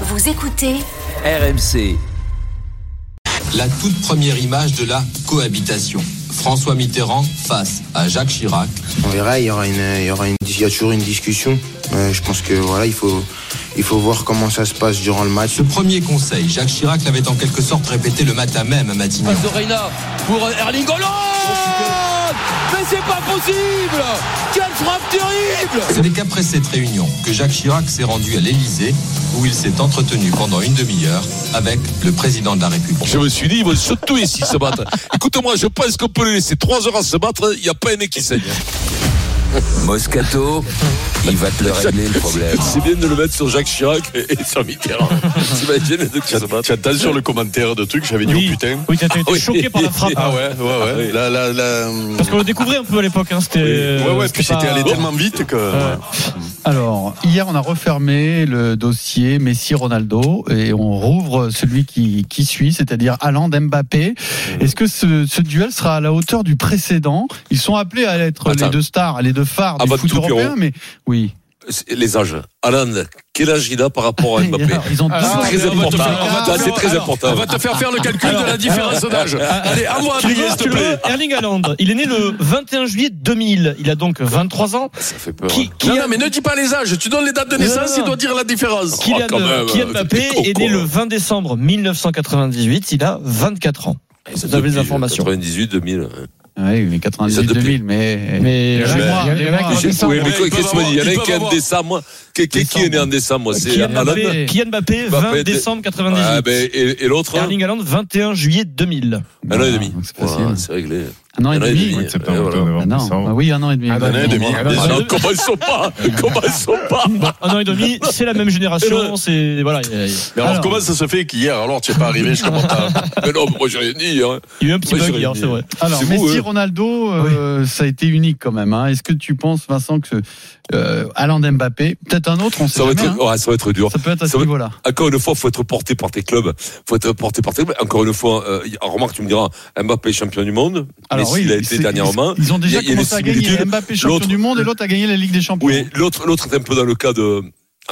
Vous écoutez RMC. La toute première image de la cohabitation. François Mitterrand face à Jacques Chirac. On verra, il y aura une, il y aura une, il y a toujours une discussion. Euh, je pense que voilà, il faut, il faut voir comment ça se passe durant le match. Ce premier conseil, Jacques Chirac l'avait en quelque sorte répété le matin même à Matignon. Passe de Reina pour Erling Haaland Mais c'est pas possible Quelle frappe terrible Ce n'est qu'après cette réunion que Jacques Chirac s'est rendu à l'Elysée où il s'est entretenu pendant une demi-heure avec le président de la République. Je me suis dit, ils vont se tuer s'ils se battent. Écoute-moi, je pense qu'on peut les laisser 3 heures à se battre, il n'y a pas un nez qui saigne. Moscato, il va te le régler le problème. C'est bien de le mettre sur Jacques Chirac et et sur Mitterrand. T'imagines les deux qui se battent. Tu attends sur le commentaire de trucs, j'avais dit Oui. oh putain. Oui, t'as t'as été oui. choqué par la frappe. hein, Ah ouais, ouais, ouais. oui. La, la, la... Parce qu'on le découvrait un peu à l'époque. Hein, c'était, Euh, Ouais, ouais, puis pas- c'était allé tellement vite que. Euh, Alors, hier, on a refermé le dossier Messi-Ronaldo et on rouvre celui qui, qui suit, c'est-à-dire Haaland Mbappé. Mmh. Est-ce que ce, ce duel sera à la hauteur du précédent Ils sont appelés à être Attends. les deux stars, les deux phares Ah du bah, foot tout, Pierrot. européen, mais oui. C'est Les âges. Alan, quel âge il a par rapport à Ah, Mbappé Alors, euh, Ils ont deux C'est très stars. important. On va te Ah, faire- C'est très important. va te faire faire le calcul de la différence d'âge. Allez, à moi, Tu le veux, tu le veux, Erling Haaland, il est né le 21 juillet 2000. Il a donc 23 ans. Ça fait peur. hein. Qui, Non, non, mais ne dis pas les âges. Tu donnes les dates de Non, naissance, non, il non. doit dire la différence. Oh, Kylian, quand même, Kylian euh, Mbappé t'es con, est quoi. né le 20 décembre 1998. Il a 24 ans. Vous avez les informations. 98, 2000. Ah Oui, mais Ils ont 98 deux 2000, mais. Mais- les Mais- mois, les mois. Je- oui, mais ils quoi, peuvent qu'est-ce qu'on avoir- dit Il y en a ils un peuvent qui est en avoir. décembre. Qui, qui- qui est né en décembre C'est Kylian Alan Mbappé, Kylian Mbappé, 20 Mbappé, décembre Ah, 98. ben, Et et l'autre Un an Erling Haaland, 21 juillet 2000. et demi. Donc, Ah, c'est facile. Voilà, C'est réglé. Un an et Un an et demi. demi. Ah non, ah oui, un an et demi. Un an et demi. Ah, Ah non, deux- commençons pas Commençons pas Un an et demi, c'est la même génération. C'est voilà. il y a- Mais alors, Alors. comment ça se fait qu'hier, alors tu es pas arrivé, je comprends pas. Mais non, moi j'ai rien dit. hein. Il y a eu un petit Moi, bug j'aurais hier, dit- c'est vrai. Alors, C'est beau, Messi, hein. Ronaldo, euh, ça a été unique quand même. hein. Est-ce que tu penses, Vincent, que euh, Alain Mbappé, peut-être un autre, on sait Ça va, jamais, être, hein. ouais, ça va être dur. ça peut être à ça ce va- niveau-là. Encore une fois, faut être porté par tes clubs. Faut être porté par tes clubs. Encore une fois, euh, y- remarque, tu me diras, Mbappé est champion du monde. Alors Messi, oui, il a c'est- été dernièrement. Ils ont Il y déjà a- il y a commencé des à gagner. similitudes. Mbappé champion L'autre- du monde et l'autre a gagné la Ligue des Champions. Oui, l'autre, l'autre est un peu dans le cas de,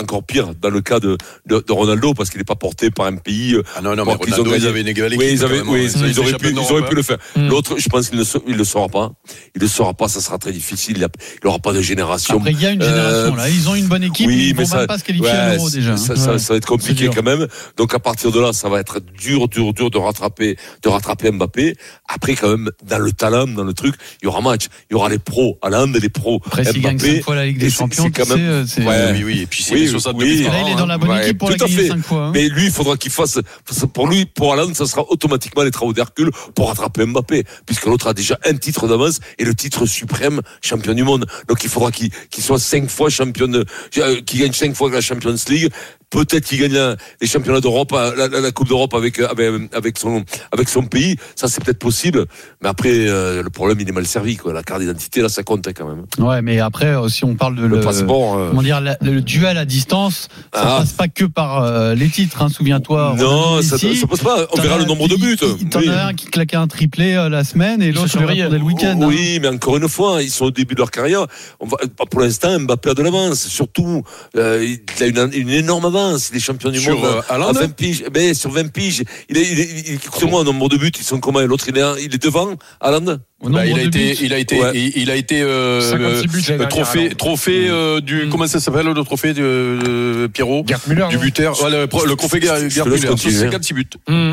encore pire, dans le cas de, de, de Ronaldo, parce qu'il n'est pas porté par un pays. euh, Ah non, non, Bon, mais qu'ils ont Ronaldo, gagné. ils avaient une égale Oui, équipe, ils, avaient, quand même, oui, hein. ils, auraient pu, champions ils auraient d'Europe, pu le faire. Mm. L'autre, je pense qu'il ne, sa- il le saura pas. Il ne saura pas, ça sera très difficile. Il a- il n'aura pas de génération. Après, il y a une génération Euh, là. Ils ont une bonne équipe. oui, ils mais vont ça- même pas se qualifier Ouais, à l'Euro c'est- déjà. hein. Ça, ça- Ouais. ça va être compliqué C'est dur. quand même. Donc à partir de là, ça va être dur, dur, dur de rattraper, de rattraper Mbappé. Après quand même, dans le talent, dans le truc, il y aura match. Il y aura les pros, Hollande et les pros. Après, s'il gagne Mbappé. cinq fois la Ligue et des c'est- Champions, c'est tu quand sais, même- euh, c'est. Ouais. hein. Oui, oui, et puis c'est Oui, les 60 oui. oui. Là, il est dans la bonne Ouais, équipe pour la tout à gagner fait. 5 fois. hein. Mais lui, il faudra qu'il fasse, fasse- pour lui, pour Hollande, ça sera automatiquement les travaux d'Hercule pour rattraper Mbappé, puisque l'autre a déjà un titre d'avance et le titre suprême champion du monde. Donc il faudra qu'il qu'il soit cinq fois champion, de- euh, qu'il gagne cinq fois la Champions League. Peut-être qu'il gagne la- les championnats d'Europe, euh, la, la- la Coupe d'Europe avec, euh, avec avec son avec son pays. Ça c'est peut-être possible, mais après euh, le problème il est mal servi quoi. La carte d'identité là ça compte hein, quand même. Ouais, mais après, euh, si on parle de Le, le- passeport. euh, Comment dire, la- le duel à distance, ça Ah. passe pas que par euh, les titres, hein, souviens-toi. non, Ronaldo, ça, Messi, ça passe pas. On T'en verra as le nombre de qui- buts. qui- T'en Oui. as un qui claquait un triplé euh, la semaine et l'autre se le surveillait. répondait le week-end. hein. Oui, mais encore une fois, ils sont au début de leur carrière. On va, pour l'instant, Mbappé a de l'avance. Surtout, euh, il a une, une énorme avance. Il est champion du Sur, monde euh, à Haaland 20 piges. Mais sur 20 piges, il est, il est, il- écoutez-moi, en nombre de buts, ils sont combien L'autre, il est, un- il est devant Haaland Au nombre Bah, il, a de été, buts. il a été, Ouais. il, il a été, euh, 56 buts l'année euh, trophée, hein. dernière, trophée Mm. euh, du, comment ça s'appelle le trophée de euh, Pierrot, Gerd Müller, hein. du non buteur, ouais, le, pro- le trophée Je te Gerd laisse Gerd Müller, continuer. 56 buts. Hmm.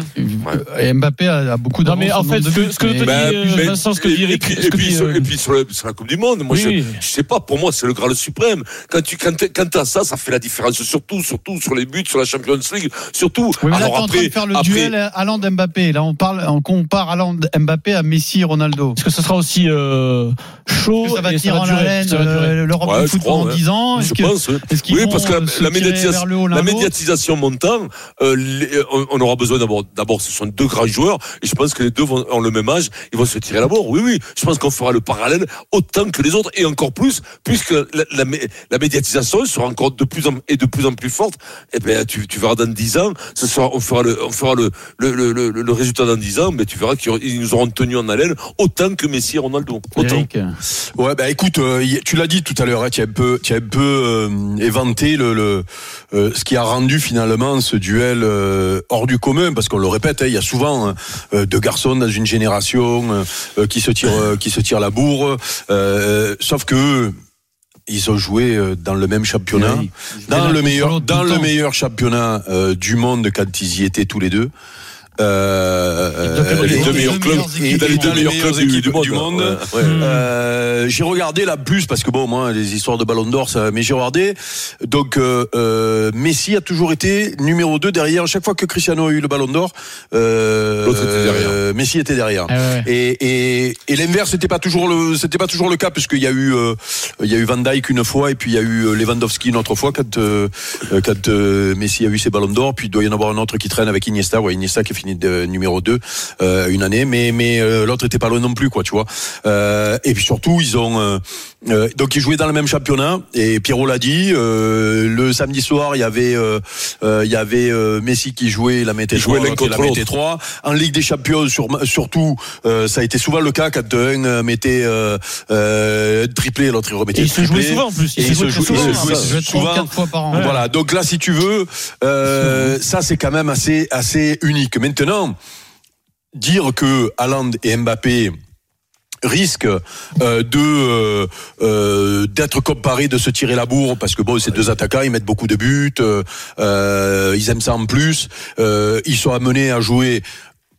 Et Mbappé a, a beaucoup Non, d'avance. mais en au fait, nombre de ce que- buts, ce que mais- te dit- Ben, euh, ben, Vincent, ce que et- dit Eric, et puis- ce et que puis dit, sur- euh, et puis sur la sur la Coupe du Monde, moi Oui, je, oui. je sais pas, pour moi c'est le Graal suprême. Quand tu quand, t'es- quand t'as ça, ça fait la différence surtout surtout sur les buts, sur la Champions League, surtout. Oui, mais là, Alors t'es en train après, de faire le après- duel hein, Haaland-Mbappé. Là, on parle, on compare Haaland-Mbappé à Messi et Ronaldo. Est-ce que ce sera aussi euh, chaud Est-ce que ça va et tenir ça en va durer, haleine ça va durer. euh, l'Europe Ouais, du je foot crois, pendant ouais. 10 ans je Est-ce que- pense. hein. oui. est-ce qu'ils Oui, vont, parce que la- euh, se la tirer médiatisation- vers le haut l'un La l'autre médiatisation montant, euh, les- euh, on, on aura besoin d'abord, d'abord, ce sont deux grands joueurs, et je pense que les deux vont, ont le même âge, ils vont se tirer la bourre. Oui, oui, je pense qu'on fera le parallèle autant que les autres, et encore plus, puisque la, la mé- la médiatisation sera encore de plus en, et de plus en plus forte. Et ben, tu, tu verras dans 10 ans, ce sera, on fera le, on fera le, le, le, le- le résultat dans 10 ans, mais tu verras qu'ils auront- ils nous auront tenus en haleine autant talent que Messi et Ronaldo. Autant. Eric, Ouais, bah écoute, euh, y- tu l'as dit tout à l'heure, hein, tu as un peu, tu as un peu euh, éventé le, le euh, ce qui a rendu finalement ce duel euh, hors du commun, parce qu'on le répète, hein, il y a souvent hein, euh, deux garçons dans une génération euh, euh, qui se tirent, euh, qui se tirent la bourre, euh, sauf que eux, ils ont joué euh, dans le même championnat, Oui. dans Mais là, le meilleur, tout dans le le temps. meilleur championnat euh, du monde quand ils y étaient tous les deux. Euh, Exactement, les les deux deux meilleurs clubs, meilleures équipes dans les du deux monde. meilleurs clubs du, du monde. ouais. Ouais. Euh, j'ai regardé la plus parce que bon, moi, les histoires de Ballon d'Or, ça, mais j'ai regardé. Donc, euh, euh, Messi a toujours été numéro 2 derrière. Chaque fois que Cristiano a eu le Ballon d'Or, euh, L'autre était derrière. euh, Messi était derrière. Ah ouais, ouais. Et, et, et l'inverse, c'était pas toujours le, c'était pas toujours le cas, parce qu'il y a eu, euh, il y a eu Van Dijk une fois, et puis il y a eu euh, Lewandowski une autre fois quand, euh, euh, quand euh, Messi a eu ses ballons d'or, puis il doit y en avoir un autre qui traîne avec Iniesta, ouais, Iniesta qui a fini de, numéro 2 euh, une année, mais mais euh, l'autre était pas loin non plus, quoi, tu vois. Euh, et puis surtout, ils ont, euh, euh, donc ils jouaient dans le même championnat, et Pierrot l'a dit, euh, le samedi soir, il y avait, euh, euh, il y avait euh, Messi qui jouait, la mettait Il jouait trois, l'un l'autre, il la contre l'autre. mettait trois. En Ligue des Champions, sur, surtout, euh, ça a été souvent le cas quand un euh, mettait euh, euh, triplé, l'autre il remettait Et il se triplé. jouait souvent en plus. Et Il il se jouait se très joue- souvent. il se hein. jouait Ça se joue souvent. 34 fois par an. Ouais. Voilà, donc là, si tu veux, euh, ça c'est quand même assez, assez unique. Maintenant, dire que Haaland et Mbappé risquent euh, de euh, euh, d'être comparés, de se tirer la bourre, parce que bon, ces deux attaquants, ils mettent beaucoup de buts, euh, euh, ils aiment ça en plus, euh, ils sont amenés à jouer.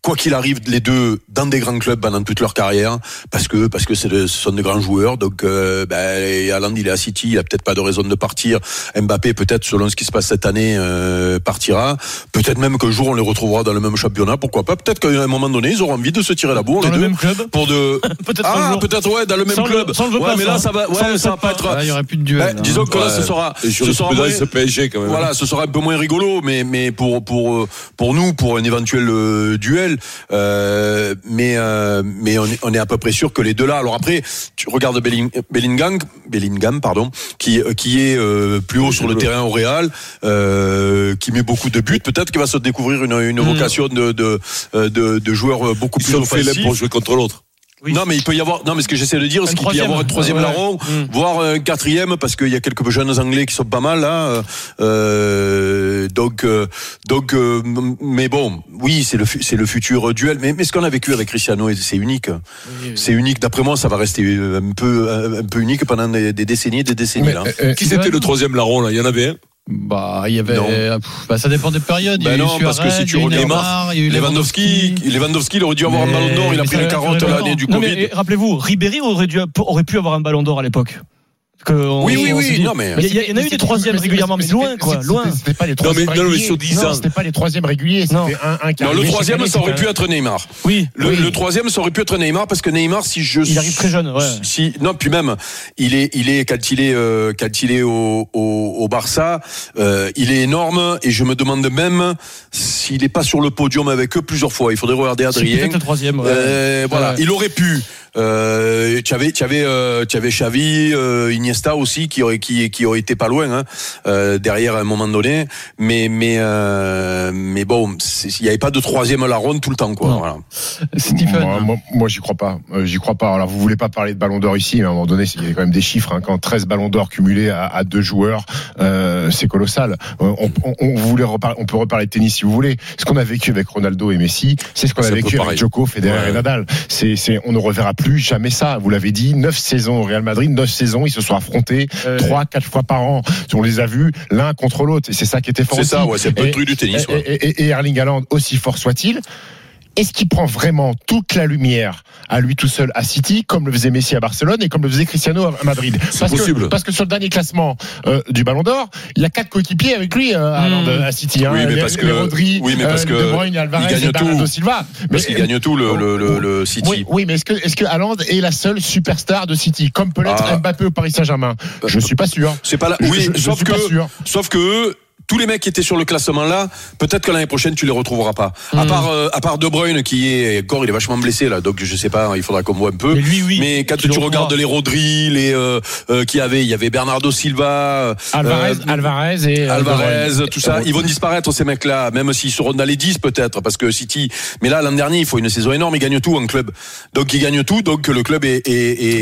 Quoi qu'il arrive, les deux dans des grands clubs pendant toute leur carrière, parce que parce que c'est de- ce sont de grands joueurs. Donc, euh, ben, et Haaland, il est à City, il a peut-être pas de raison de partir. Mbappé, peut-être selon ce qui se passe cette année, euh, partira. Peut-être même qu'un jour on les retrouvera dans le même championnat. Pourquoi pas Peut-être qu'à un moment donné, ils auront envie de se tirer la bourre Dans les le deux même club. pour de Peut-être un ah jour. peut-être ouais dans le même Sans le- club sans le ouais pas, mais ça. là ça va ouais, Sans le ça va pas. pas être Là, Ah, il n'y aurait plus de duel. Ben, là, disons hein. que là ce Ouais. sera Et sur ce le sera Spedal, moins- c'est PSG quand même. hein. voilà, ce sera un peu moins rigolo, mais mais pour pour euh, pour nous, pour un éventuel euh, duel, euh, mais euh, mais on est, on est à peu près sûr que les deux là. Alors après, tu regardes Belling- Bellingham, Bellingham, pardon, qui euh, qui est euh, plus haut sur le terrain au Real, euh, qui met beaucoup de buts. Peut-être qu'il va se découvrir une une vocation de de euh, de, de joueur euh, beaucoup Ils plus sont faits l'un offensif. pour jouer contre l'autre. Oui. Non, mais il peut y avoir. Non, mais ce que j'essaie de dire, Un c'est qu'il peut y troisième. avoir un troisième Ouais, ouais. larron, Mm. voire un quatrième, parce qu'il y a quelques jeunes anglais qui sont pas mal là. Euh, donc, euh, donc, euh, m- mais bon, oui, c'est le fu- c'est le futur duel. Mais, mais ce qu'on a vécu avec Cristiano, et c'est unique. C'est unique. D'après moi, ça va rester euh, un peu un peu unique pendant des, des décennies, et des décennies là. Euh, Qui c'était le troisième larron là Il y en avait un. Bah, il y avait. Non. euh, pff, bah, ça dépend des périodes. Il y a Ben eu non, parce que Suarez, si tu il y a eu regardes- Neymar, il y a eu Lewandowski, Lewandowski, il aurait dû avoir un ballon d'or. Il a Mais pris ça les va durer 40 à l'année longtemps. du Non, Covid. mais, eh, rappelez-vous, Ribéry aurait, dû, aurait pu avoir un ballon d'or à l'époque. Que on- Oui, oui, on oui, s'est dit- non, mais- Il y, a- il y en a eu des troisièmes régulièrement, mais loin, quoi, loin. C'était pas les Non, mais, troisièmes non, mais réguliers. sur 10 Non, ans. c'était pas les troisièmes réguliers. Non. C'était un, un qui Non, le arrivait chaque troisième, année, ça aurait c'était pu être Neymar. Oui, Le, Oui. le troisième, ça aurait pu être Neymar parce que Neymar, si je Il arrive très jeune, ouais. si non, puis même il est il est quand il est euh, quand il est au, au, au Barça, euh, il est énorme et je me demande même s'il n'est pas sur le podium avec eux plusieurs fois. Il faudrait regarder c'est Adrien. peut-être le troisième. ouais. Euh, voilà, Ouais. il aurait pu. Euh, tu avais, tu avais, euh, tu avais Xavi, euh, Iniesta aussi qui aurait, qui, qui aurait été pas loin hein, euh, derrière à un moment donné. Mais, mais, euh, mais bon, c'est- il n'y avait pas de troisième à la ronde tout le temps, quoi. Non. Voilà. Stephen. Moi, moi, moi, j'y crois pas. Euh, j'y crois pas. Alors, vous voulez pas parler de ballon d'or ici, mais à un moment donné, c'est- il y a quand même des chiffres. hein. Quand 13 ballons d'or cumulés à, à deux joueurs, euh, c'est colossal. Euh, on, on, on voulait repar- on peut reparler de tennis si vous voulez. Ce qu'on a vécu avec Ronaldo et Messi, c'est ce qu'on C'est a un peu vécu pareil. avec Djoko, Federer et Nadal. C'est, c'est, on ne reverra plus jamais ça. Vous l'avez dit, neuf saisons au Real Madrid, neuf saisons, ils se sont affrontés Euh, trois, quatre fois par an. On les a vus l'un contre l'autre, et c'est ça qui était fort. C'est ça, aussi. ouais, c'est un peu Et- le truc du tennis. et, ouais. et- et- et Erling Haaland, aussi fort soit-il, est-ce qu'il prend vraiment toute la lumière à lui tout seul à City, comme le faisait Messi à Barcelone et comme le faisait Cristiano à à Madrid parce que, possible. parce que sur le dernier classement euh, du Ballon d'or, il y a quatre coéquipiers avec lui euh, à, Haaland, euh, à City. hein. Oui, mais Les- parce les que- Rodri, oui, mais parce euh, que De Bruyne, Alvarez, il gagne et Bernardo tout. Silva. Parce qu'il Mais- gagne tout le, le, le, le City. oui, oui, mais est-ce que, est-ce que Haaland est la seule superstar de City, comme peut l'être Ah. Mbappé au Paris Saint-Germain Je suis pas sûr. C'est pas la... Je- Oui, je- je sauf suis que, pas sûr. sauf que eux, tous les mecs qui étaient sur le classement là, peut-être que l'année prochaine tu les retrouveras pas. À Mm. part euh, à part De Bruyne qui est encore il est vachement blessé là, donc je sais pas, hein, il faudra qu'on voit un peu. Mais lui, oui. Mais quand Tu tu, le regardes revois. les Rodri, les euh, euh, qui avait, il y avait Bernardo Silva, euh, Alvarez, Alvarez et euh, De Alvarez, Bruyne. tout ça, ils vont disparaître ces mecs-là, même s'ils seront dans les 10 peut-être, parce que City. Mais là, l'an dernier, il faut une saison énorme, ils gagnent tout en club. Donc ils gagnent tout, donc le club est, est,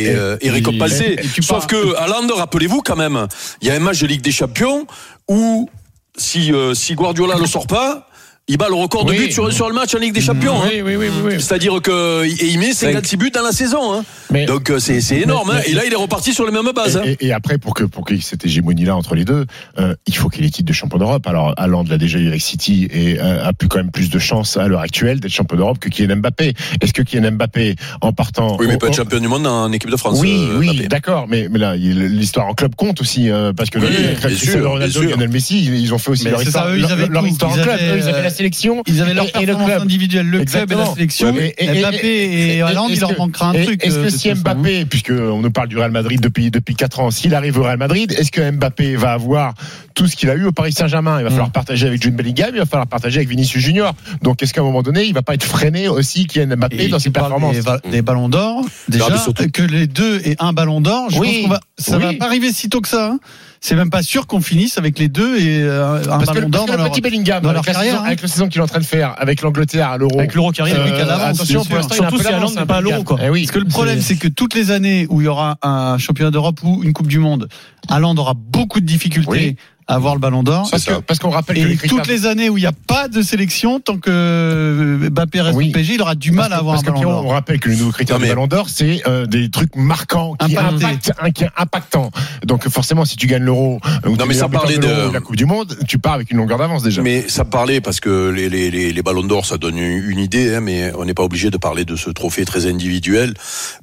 est, euh, est récompensé. et tu Sauf parles- que Haaland, rappelez-vous quand même, il y a un match de Ligue des Champions où si euh, si Guardiola le sort pas, il bat le record de Oui. buts sur, sur le match en Ligue des Champions. hein. Oui, oui, oui, oui, oui. C'est-à-dire que et il met 56 buts dans la saison. hein. Mais- Donc euh, c'est c'est énorme. hein. Et là, il est reparti sur les mêmes bases. hein. Et, et- et après, pour que pour qu'il y ait cette hégémonie-là entre les deux, euh, il faut qu'il y ait les titres de champion d'Europe. Alors, Haaland l'a déjà eu avec City et euh, a plus quand même plus de chances à l'heure actuelle d'être champion d'Europe que Kylian Mbappé. Est-ce que Kylian Mbappé, en partant, Oui, mais au- peut être au- champion du monde en équipe de France. Oui, euh, Mbappé. oui, d'accord, mais, mais là, il- l'histoire en club compte aussi, euh, parce que Oui, le- bien Cristiano sûr, Ronaldo, bien sûr. Lionel Messi, ils- ils ont fait aussi Mais leur c'est ça, histoire, eux, ils leur- avaient leur tout. histoire Ils en club. avaient, Eux, ils avaient euh, la sélection. Ils avaient leur et- et le performance club. individuelle, le club et la Exactement. sélection. Ouais, mais- et- Mbappé et- et Hollande, il est-ce leur que- manquera un et- truc. Est-ce euh, que de si toute façon, hein. Mbappé, puisque on nous parle du Real Madrid depuis depuis quatre ans, s'il arrive au Real Madrid, est-ce que Mbappé va avoir tout ce qu'il a eu au Paris Saint-Germain Il Mm. va falloir partager avec Jude Bellingham, il va falloir partager avec Vinicius Junior. Donc, est-ce qu'à un moment donné, il va pas être freiné aussi Kylian Mbappé Et dans tu ses parles performances Des, val- des ballons d'or, déjà, mais surtout- que les deux et un ballon d'or, je Oui, pense qu'on va, ça va oui. pas arriver si tôt que ça. hein. C'est même pas sûr qu'on finisse avec les deux et euh, un Parce que, ballon parce d'or que dans le leur... petit Bellingham, dans avec, leur la carrière, saison, hein. avec la saison qu'il est en train de faire, avec l'Angleterre à l'Euro, Avec l'euro qui arrive, Euh, avec à l'avance. attention, bien pour sûr. l'instant, Surtout il a si pas Haaland n'est pas à l'Euro, quoi. Eh oui. Parce que le problème, c'est que toutes les années où il y aura un championnat d'Europe ou une Coupe du Monde, Haaland aura beaucoup de difficultés Oui. à avoir le ballon d'or. Parce que- parce qu'on rappelle que Et les critères toutes les années où il n'y a pas de sélection, tant que euh, Mbappé reste Oui. au PSG, il aura du mal Parce que- à avoir un parce que ballon Pierrot, d'or. on rappelle que le nouveau critère Non, du mais- Ballon d'Or, c'est euh, des trucs marquants qui Impactés. impactent, un- qui est impactant. Donc forcément, si tu gagnes l'Euro euh, ou tu Non, mais es ça le buteur parlait de, l'Euro de- ou de la Coupe du Monde, tu pars avec une longueur d'avance déjà. Mais ça parlait parce que les, les, les, les ballons d'or, ça donne une une idée, hein, mais on n'est pas obligé de parler de ce trophée très individuel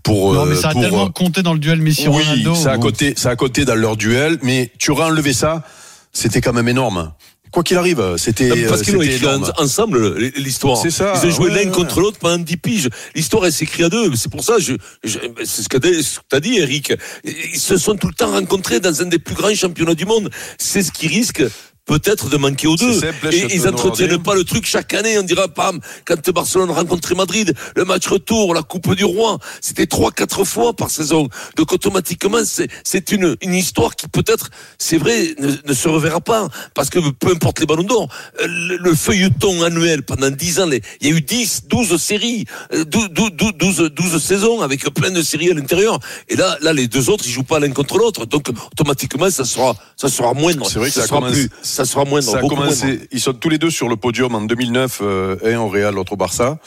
pour. Non, euh, mais ça a pour, tellement compté dans le duel euh, oui, Messi-Ronaldo. ça a Bon. coté, ça a coté dans leur duel, mais tu aurais enlevé ça, c'était quand même énorme. Quoi qu'il arrive, c'était. Non, mais parce euh, qu'ils l'ont c'était écrit en- énorme. ensemble le- l'histoire. C'est ça, Ils ont joué ouais, l'un ouais. contre l'autre pendant 10 piges. L'histoire, elle s'écrit à deux. C'est pour ça, je, je- c'est ce que t'as- ce que t'as dit, Eric. Ils se sont tout le temps rencontrés dans un des plus grands championnats du monde. C'est ce qui risque peut-être de manquer aux C'est deux. simple, Et Château ils entretiennent Noirdet. pas le truc chaque année. On dira, pam, quand Barcelone rencontrait Madrid, le match retour, la Coupe du Roi, c'était trois, quatre fois par saison. Donc automatiquement, c'est- c'est une, une histoire qui peut-être, c'est vrai, ne, ne se reverra pas. Parce que peu importe les ballons d'or, euh, le, le feuilleton annuel pendant 10 ans, les- il y a eu 10, 12 séries, euh, 12, 12, 12, 12 saisons avec plein de séries à l'intérieur. Et là, là, les deux autres, ils jouent pas l'un contre l'autre. Donc automatiquement, ça sera, ça sera moindre. C'est vrai que ça sera commence- plus, ça sera moindre. Ça a beaucoup moindre. commencé, ils sont tous les deux sur le podium en 2009, euh, un au Real, l'autre au Barça.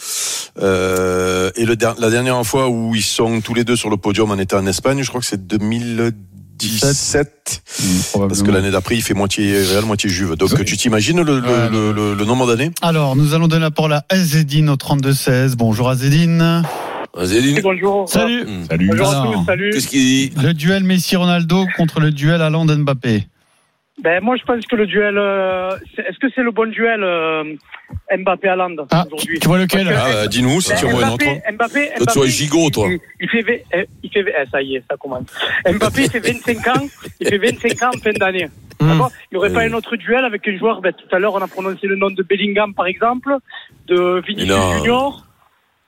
Euh, et le der- la dernière fois où ils sont tous les deux sur le podium en étant en Espagne, je crois que c'est 2017. Hmm. Parce que l'année d'après, il fait moitié Real, moitié Juve. Donc tu t'imagines le, le- Ouais. le- le- le nombre d'années Alors, nous allons donner la parole à Azedine au 32-16. Bonjour Azedine. Vas-y, Lynn. Bonjour. Salut. Mmh. Salut. Bonjour à Alors. tous, salut. Qu'est-ce qu'il dit Le duel Messi-Ronaldo contre le duel Haaland-Mbappé. Ben, moi, je pense que le duel. euh, c'est- Est-ce que c'est le bon duel euh, Mbappé-Haaland Ah, aujourd'hui tu vois lequel Parce que- Ah, bah, Dis-nous si Ben, tu en vois un autre. Mbappé, Mbappé, Toi, tu es Mbappé, gigot, toi. il, il fait, vi- eh, il fait, vi- eh, ça y est, ça commence. Mbappé, il fait 25 ans, il fait 25 ans en fin d'année. D'accord Il n'y aurait Mmh. pas un autre duel avec un joueur, ben, tout à l'heure, on a prononcé le nom de Bellingham, par exemple, de Vinicius Mais non. Junior,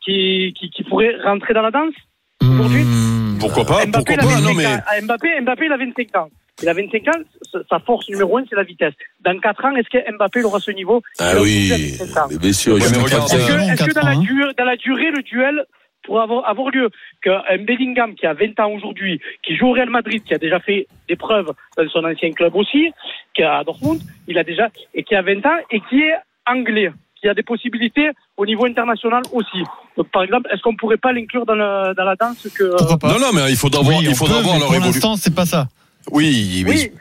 qui, qui, qui pourrait rentrer dans la danse Mmh. aujourd'hui Pourquoi pas Mbappé, Eh, Pourquoi il a pas Non 25 mais ans. Ah, Mbappé, Mbappé, il a 25 ans. Il a 25 ans, sa- sa force numéro 1, c'est la vitesse. Dans 4 ans, est-ce que Mbappé aura ce niveau Ah Il a oui. 25 ans. Mais bien sûr, Ouais, il y a mais un regarde, cap- Est-ce que, Long, est-ce que quatre dans, la ans, hein. durée, dans la durée, le duel pourrait avoir, avoir lieu Qu'un Bellingham qui a 20 ans aujourd'hui, qui joue au Real Madrid, qui a déjà fait des preuves dans son ancien club aussi, qui est à Dortmund, il a déjà, et qui a 20 ans, et qui est anglais, qui a des possibilités au niveau international aussi. Donc, par exemple, est-ce qu'on pourrait pas l'inclure dans, le- dans la danse que. euh, Pourquoi pas non non mais il faudra voir, Oui, il on faudra peut, voir mais leur Pour évolution. l'instant, c'est pas ça. Oui, mais Oui,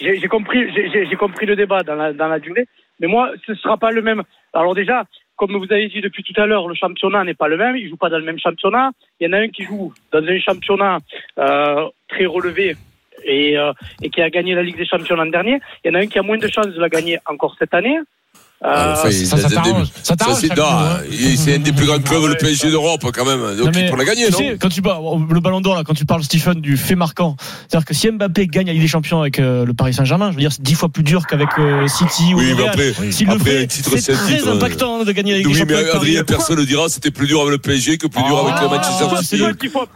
j'ai j'ai compris, j'ai- j'ai j'ai compris le débat dans la, dans la durée, mais moi, ce sera pas le même. Alors déjà, comme vous avez dit depuis tout à l'heure, le championnat n'est pas le même, il joue pas dans le même championnat. Il y en a un qui joue dans un championnat euh, très relevé et, euh, et qui a gagné la Ligue des Champions l'an dernier. Il y en a un qui a moins de chances de la gagner encore cette année. Ah, enfin, il- ça, il- ça il- t'arrange. il- Ça t'arrange, ça, c'est- chaque non, jour, hein. il- C'est un des plus grands clubs, le PSG d'Europe, quand même. Non, Donc, mais il pourrait la gagner, tu non sais, quand tu parles, oh, le ballon d'or, là, quand tu parles, Stephen, du fait marquant, c'est-à-dire que si Mbappé gagne la Ligue des Champions avec euh, le Paris Saint-Germain, je veux dire, c'est dix fois plus dur qu'avec euh, City ou Oui, le mais Real. après, S'il le après, fait, un titre, c'est c'est un très titre, euh, impactant de gagner la Ligue des Oui, Champions. mais avec Adrien, Paris. personne ne le dira, c'était plus dur avec le PSG que plus dur avec Ah, le Manchester City.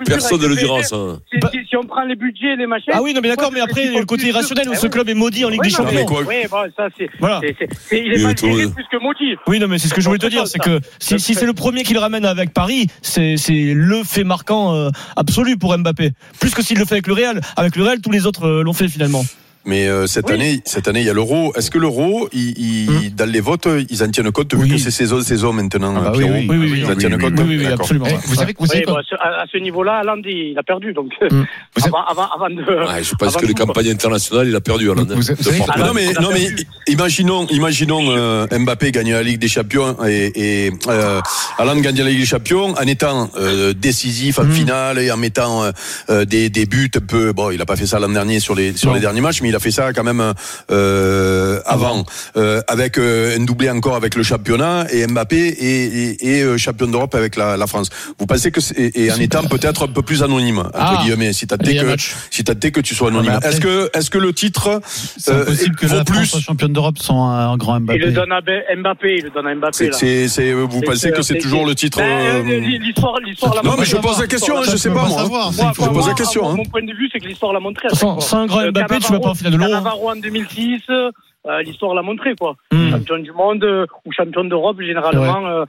Personne ne le dira, ça. Si, si- si on prend les budgets, les machins. Ah oui, non, mais d'accord, mais après, il y a le côté irrationnel où ce club est maudit en Ligue des Champions. Oui, bon, ça, c'est. Voilà. c'est- c'est- c'est- il est Il pas est trop- géré plus que maudit. Oui, non, mais c'est ce que je voulais te dire, c'est que si, si c'est le premier qui le ramène avec Paris, c'est c'est le fait marquant euh, absolu pour Mbappé. Plus que s'il le fait avec le Real. Avec le Real, tous les autres euh, l'ont fait finalement. Mais euh, cette année, cette année, il y a l'euro. Est-ce que l'euro, il- il- dans les votes, ils en tiennent compte vu que c'est saison, saison maintenant, Hum. euh, bah oui, Pierrot oui, oui, oui, Ils en oui, tiennent oui, compte. oui, oui, oui, D'accord. absolument. Eh, Vous savez que- vous savez Oui, quoi bon, à ce- à, à ce niveau-là, Landy, il a perdu. Donc, Mm. euh, avant, avant, avant de. Ah, Ouais, je pense avant que les tout, quoi. campagnes internationales, il a perdu, Alain. De Mais fortune. Ah, non, mais, non, mais imaginons, imaginons euh, Mbappé gagner la Ligue des Champions et, et euh, Haaland gagne la Ligue des Champions en étant euh, décisif Hmm. en finale et en mettant euh, euh, des, des buts un peu. Bon, il a pas fait ça l'an dernier sur les sur les derniers matchs, mais il a fait ça quand même euh, avant, Euh, avec euh, un doublé encore avec le championnat et Mbappé et, et, et, euh, champion d'Europe avec la, la France. Vous pensez que c'est- et, et en étant peut-être un peu plus anonyme entre Ah. guillemets, si t'as Il y a que match. si t'as que tu sois Ah, mais anonyme. après- Est-ce que est-ce que le titre C'est euh, impossible que vaut la plus France soit championne d'Europe sans un grand Mbappé. Il le donne à Ben- Mbappé. Il le donne à Mbappé. C'est- là. c'est- c'est- euh, vous C'est pensez que c'est toujours le titre, Ben, euh, euh, L'histoire, l'histoire. l'a Non, mais montré. je pose la question, hein, je sais pas, moi. Moi, Je pose la moi, question, Mon hein. mon point de vue, c'est que l'histoire l'a montré. à chaque Sans- fois. sans un grand Euh, Mbappé, tu vas pas en finale de l'Euro, hein. Cannavaro en 2006. euh, l'histoire l'a montré quoi. Mm. Champion du monde euh, ou champion d'Europe généralement euh,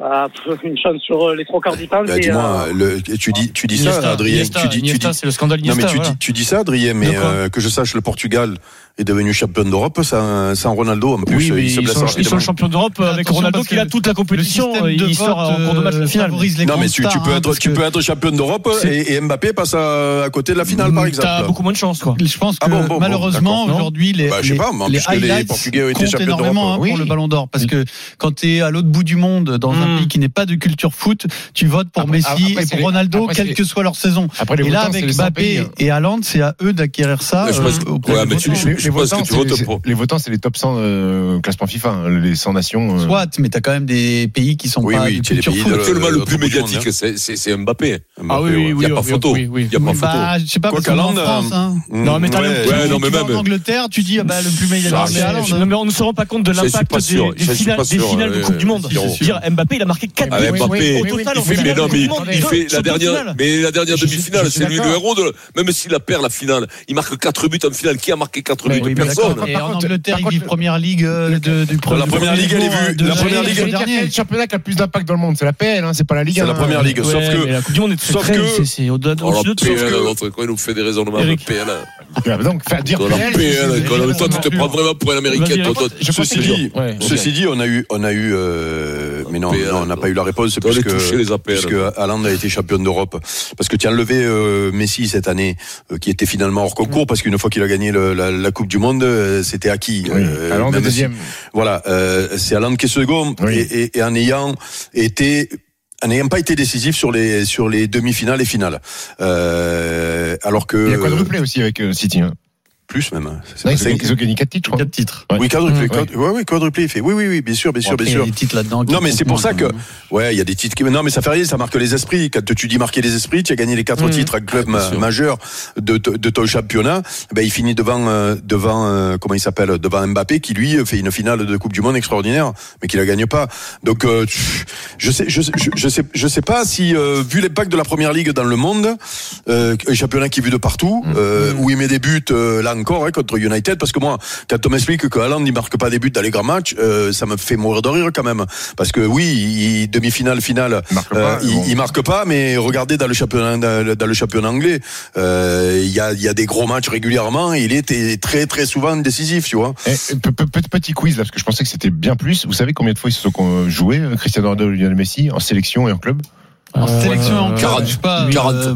euh, pff, une chance sur euh, les trois quarts du temps. Bah, c'est, dis-moi, euh, le- tu dis, tu dis Iniesta, ça, Adrien. Iniesta, Tu dis, tu Iniesta, dis- c'est le scandale Non, mais Iniesta, tu, voilà. dis, tu dis ça, Adrien, mais De quoi euh, que je sache, le Portugal est devenu champion d'europe sans, sans Ronaldo. En plus, euh, Oui, mais il se ils blesse sont, ils sont rapidement. champions d'Europe avec Attention, Ronaldo parce qui a que toute la compétition. le système de Il sort vote, en cours de match euh, la finale. favorise les Non, mais grandes tu, tu stars, peux hein, être, parce tu que- peux être champion d'Europe et, et Mbappé passe à, à côté de la finale, par exemple. T'as beaucoup moins de chance, quoi. Je pense que Ah bon, bon, bon, malheureusement d'accord. aujourd'hui les, Bah, je sais les- pas, moi, les puisque les highlights Portugais ont été comptent champions énormément d'Europe. hein, Oui. pour le Ballon d'Or parce que quand t'es à l'autre bout du monde dans un pays qui n'est pas de culture foot, tu votes pour Messi après, et c'est pour les- Ronaldo après, quelle c'est- que soit leur saison. Après, les et là votants, c'est avec les cent pays, Mbappé hein. et Haaland, c'est à eux d'acquérir ça. Je pense que- euh, auprès ouais, des mais tu- votants. les- les votants, c'est- c'est- Les votants, c'est les top 100 euh, classement FIFA, hein, les 100 nations. euh. Soit, mais t'as quand même des pays qui sont Oui, pas oui, de t'as les culture pays foot. de- Actuellement, le l'autre plus bout du monde, médiatique, c'est- c'est c'est Mbappé. Ah oui, Mbappé, oui, ouais. oui, Il n'y a pas oui, photo. oui, oui. Il y a pas Oui, photo. bah, je sais pas, Quoi parce qu'à qu'en Hollande, France, hein. euh, Non, mais t'as le- ouais, non, mais tu vas en même. Angleterre, tu dis, ah bah, le plus meilleur, Ah, c'est Haaland, Non, mais on ne se rend pas compte de Ça, je suis l'impact pas des, sûr. des Ça, je suis finales, pas des sûr, finales de euh, Coupe du Monde. si, Je veux si. dire, Mbappé, il a marqué 4 Ah, buts Mbappé, au total en il fait, mais finale de non, Coupe mais du Monde. il Deux, fait la champion dernière, national. mais la dernière demi-finale, c'est lui le d'accord. héros de, même s'il la perd la finale, il marque 4 buts en finale. Qui a marqué 4 buts? Oui, mais Personne. d'accord, mais en Angleterre, ils vivent première ligue euh, de- du premier. La première ligue, elle est vue. de- La de- première de- ligue, de- elle est dernier. C'est le championnat qui a le plus d'impact dans le monde, c'est la PL, hein, c'est pas la Ligue C'est 1. la première ligue, sauf Ouais, que. mais la Coupe du Monde est très- sauf très- que. c'est- c'est au-delà de- Oh, la au-dessus de tout. PL, Sauf que- l'autre, quoi, il nous fait des raisonnements de Eric. PL. Ah, Donc, faire dire Dans la PL, PL, c'est- quoi. Mais toi, tu te prends vraiment pour un américain, toi, toi. Je ceci dit, ceci dit, on a eu, on a eu, euh, mais non, non, on n'a pas eu la réponse Doit les puisque, toucher, les APL. puisque Haaland a été champion d'Europe. Parce que tu as enlevé euh, Messi cette année, euh, qui était finalement hors concours parce qu'une fois qu'il a gagné le- la, la Coupe du Monde, euh, c'était acquis. Euh, Haaland même est deuxième. voilà, euh, c'est Haaland qui est second et, et- et en ayant été en n'ayant pas été décisif sur les sur les demi-finales et finales, Euh, alors que Il y a quadruplé aussi avec euh, City. hein. plus même. C'est Non, pas ils ont- cinq. ils ont gagné 4 titres, je crois. Oui, quadruplé. Mmh, ouais. quadru- ouais, oui, quadruplé. Il fait. Oui, oui, oui, bien sûr, bien sûr, après, bien il y a sûr. des titres là-dedans qui Non, mais c'est comptent pour ça que. Ouais, il y a des titres qui. Non, mais ça fait rien, ça marque les esprits. Quand tu dis marquer les esprits, tu as gagné les quatre Mmh. titres à club Bien ma- sûr. majeur de, t- de ton championnat. Ben, il finit devant, euh, devant, euh, comment il s'appelle, devant Mbappé, qui lui fait une finale de Coupe du Monde extraordinaire, mais qui la gagne pas. Donc, euh, tu- je sais, je, sais- je, je sais, je sais pas si, euh, vu l'impact de la première ligue dans le monde, euh, un championnat qui est vu de partout, Mm. euh, où il met des buts, euh, là encore, hein, contre United, parce que moi, quand on m'explique que Haaland il marque pas des buts dans les grands matchs, euh, ça me fait mourir de rire quand même, parce que oui, il- il- demi-finale, finale, hein. euh, il, il marque pas, mais regardez dans le championnat, dans le- dans le championnat anglais, euh, il y a, il y a des gros matchs régulièrement, il était très, très souvent décisif, tu vois. Eh, pe- pe- pe- Petit quiz là, parce que je pensais que c'était bien plus. Vous savez combien de fois ils se sont euh, joués, euh, Cristiano Euh, Ronaldo et Lionel Messi, en sélection et en club En sélection et en club, 40, je sais pas, 40. euh,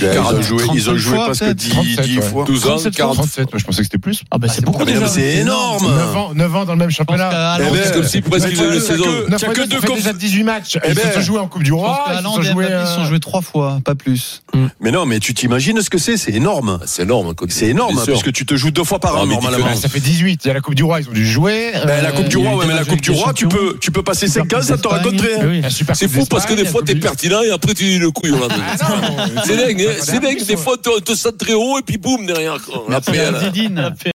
Ben, Ils ont joué, ils ont joué presque 10, 10 fois. 12 ans, 47, ouais, je pensais que c'était plus. Ah, bah c'est beaucoup Mais déjà. non, mais c'est énorme. 9 ans, 9 ans dans le même championnat. Eh ben, c'est comme si presque ils avaient une saison. Neuf Tiens, fois que deux, deux ça fait conf- déjà 18 matchs. Eh Ils se ben, sont joués en Coupe du Je pense Roi. que Ils Haaland se sont et joués. Mbappé, ils euh, sont joués trois fois, pas plus. Mais non, mais tu t'imagines ce que c'est C'est énorme. C'est énorme. quoi. C'est énorme Bien sûr. parce que tu te joues deux fois par Ah, an mais normalement. Ouais, Ça fait 18. Il y a la Coupe du Roi, ils ont dû jouer. Ben, la Euh, Coupe du il y a Roi, eu ouais, des mais la matchs Coupe avec du des Roi, tu champions. peux, tu peux passer Super 5 ans, Coupe ça te d'Espagne. raconterait. Eh oui. La Super C'est Coupe fou parce que d'Espagne, des fois la t'es Coupe du- pertinent et après tu dis le couille. Yolande. Ah non, Ah, C'est dingue, hein, Regarde, c'est dingue. Des ils sont- fois on te sente très haut et puis boum derrière. quoi. La Merci à PL. Zidine.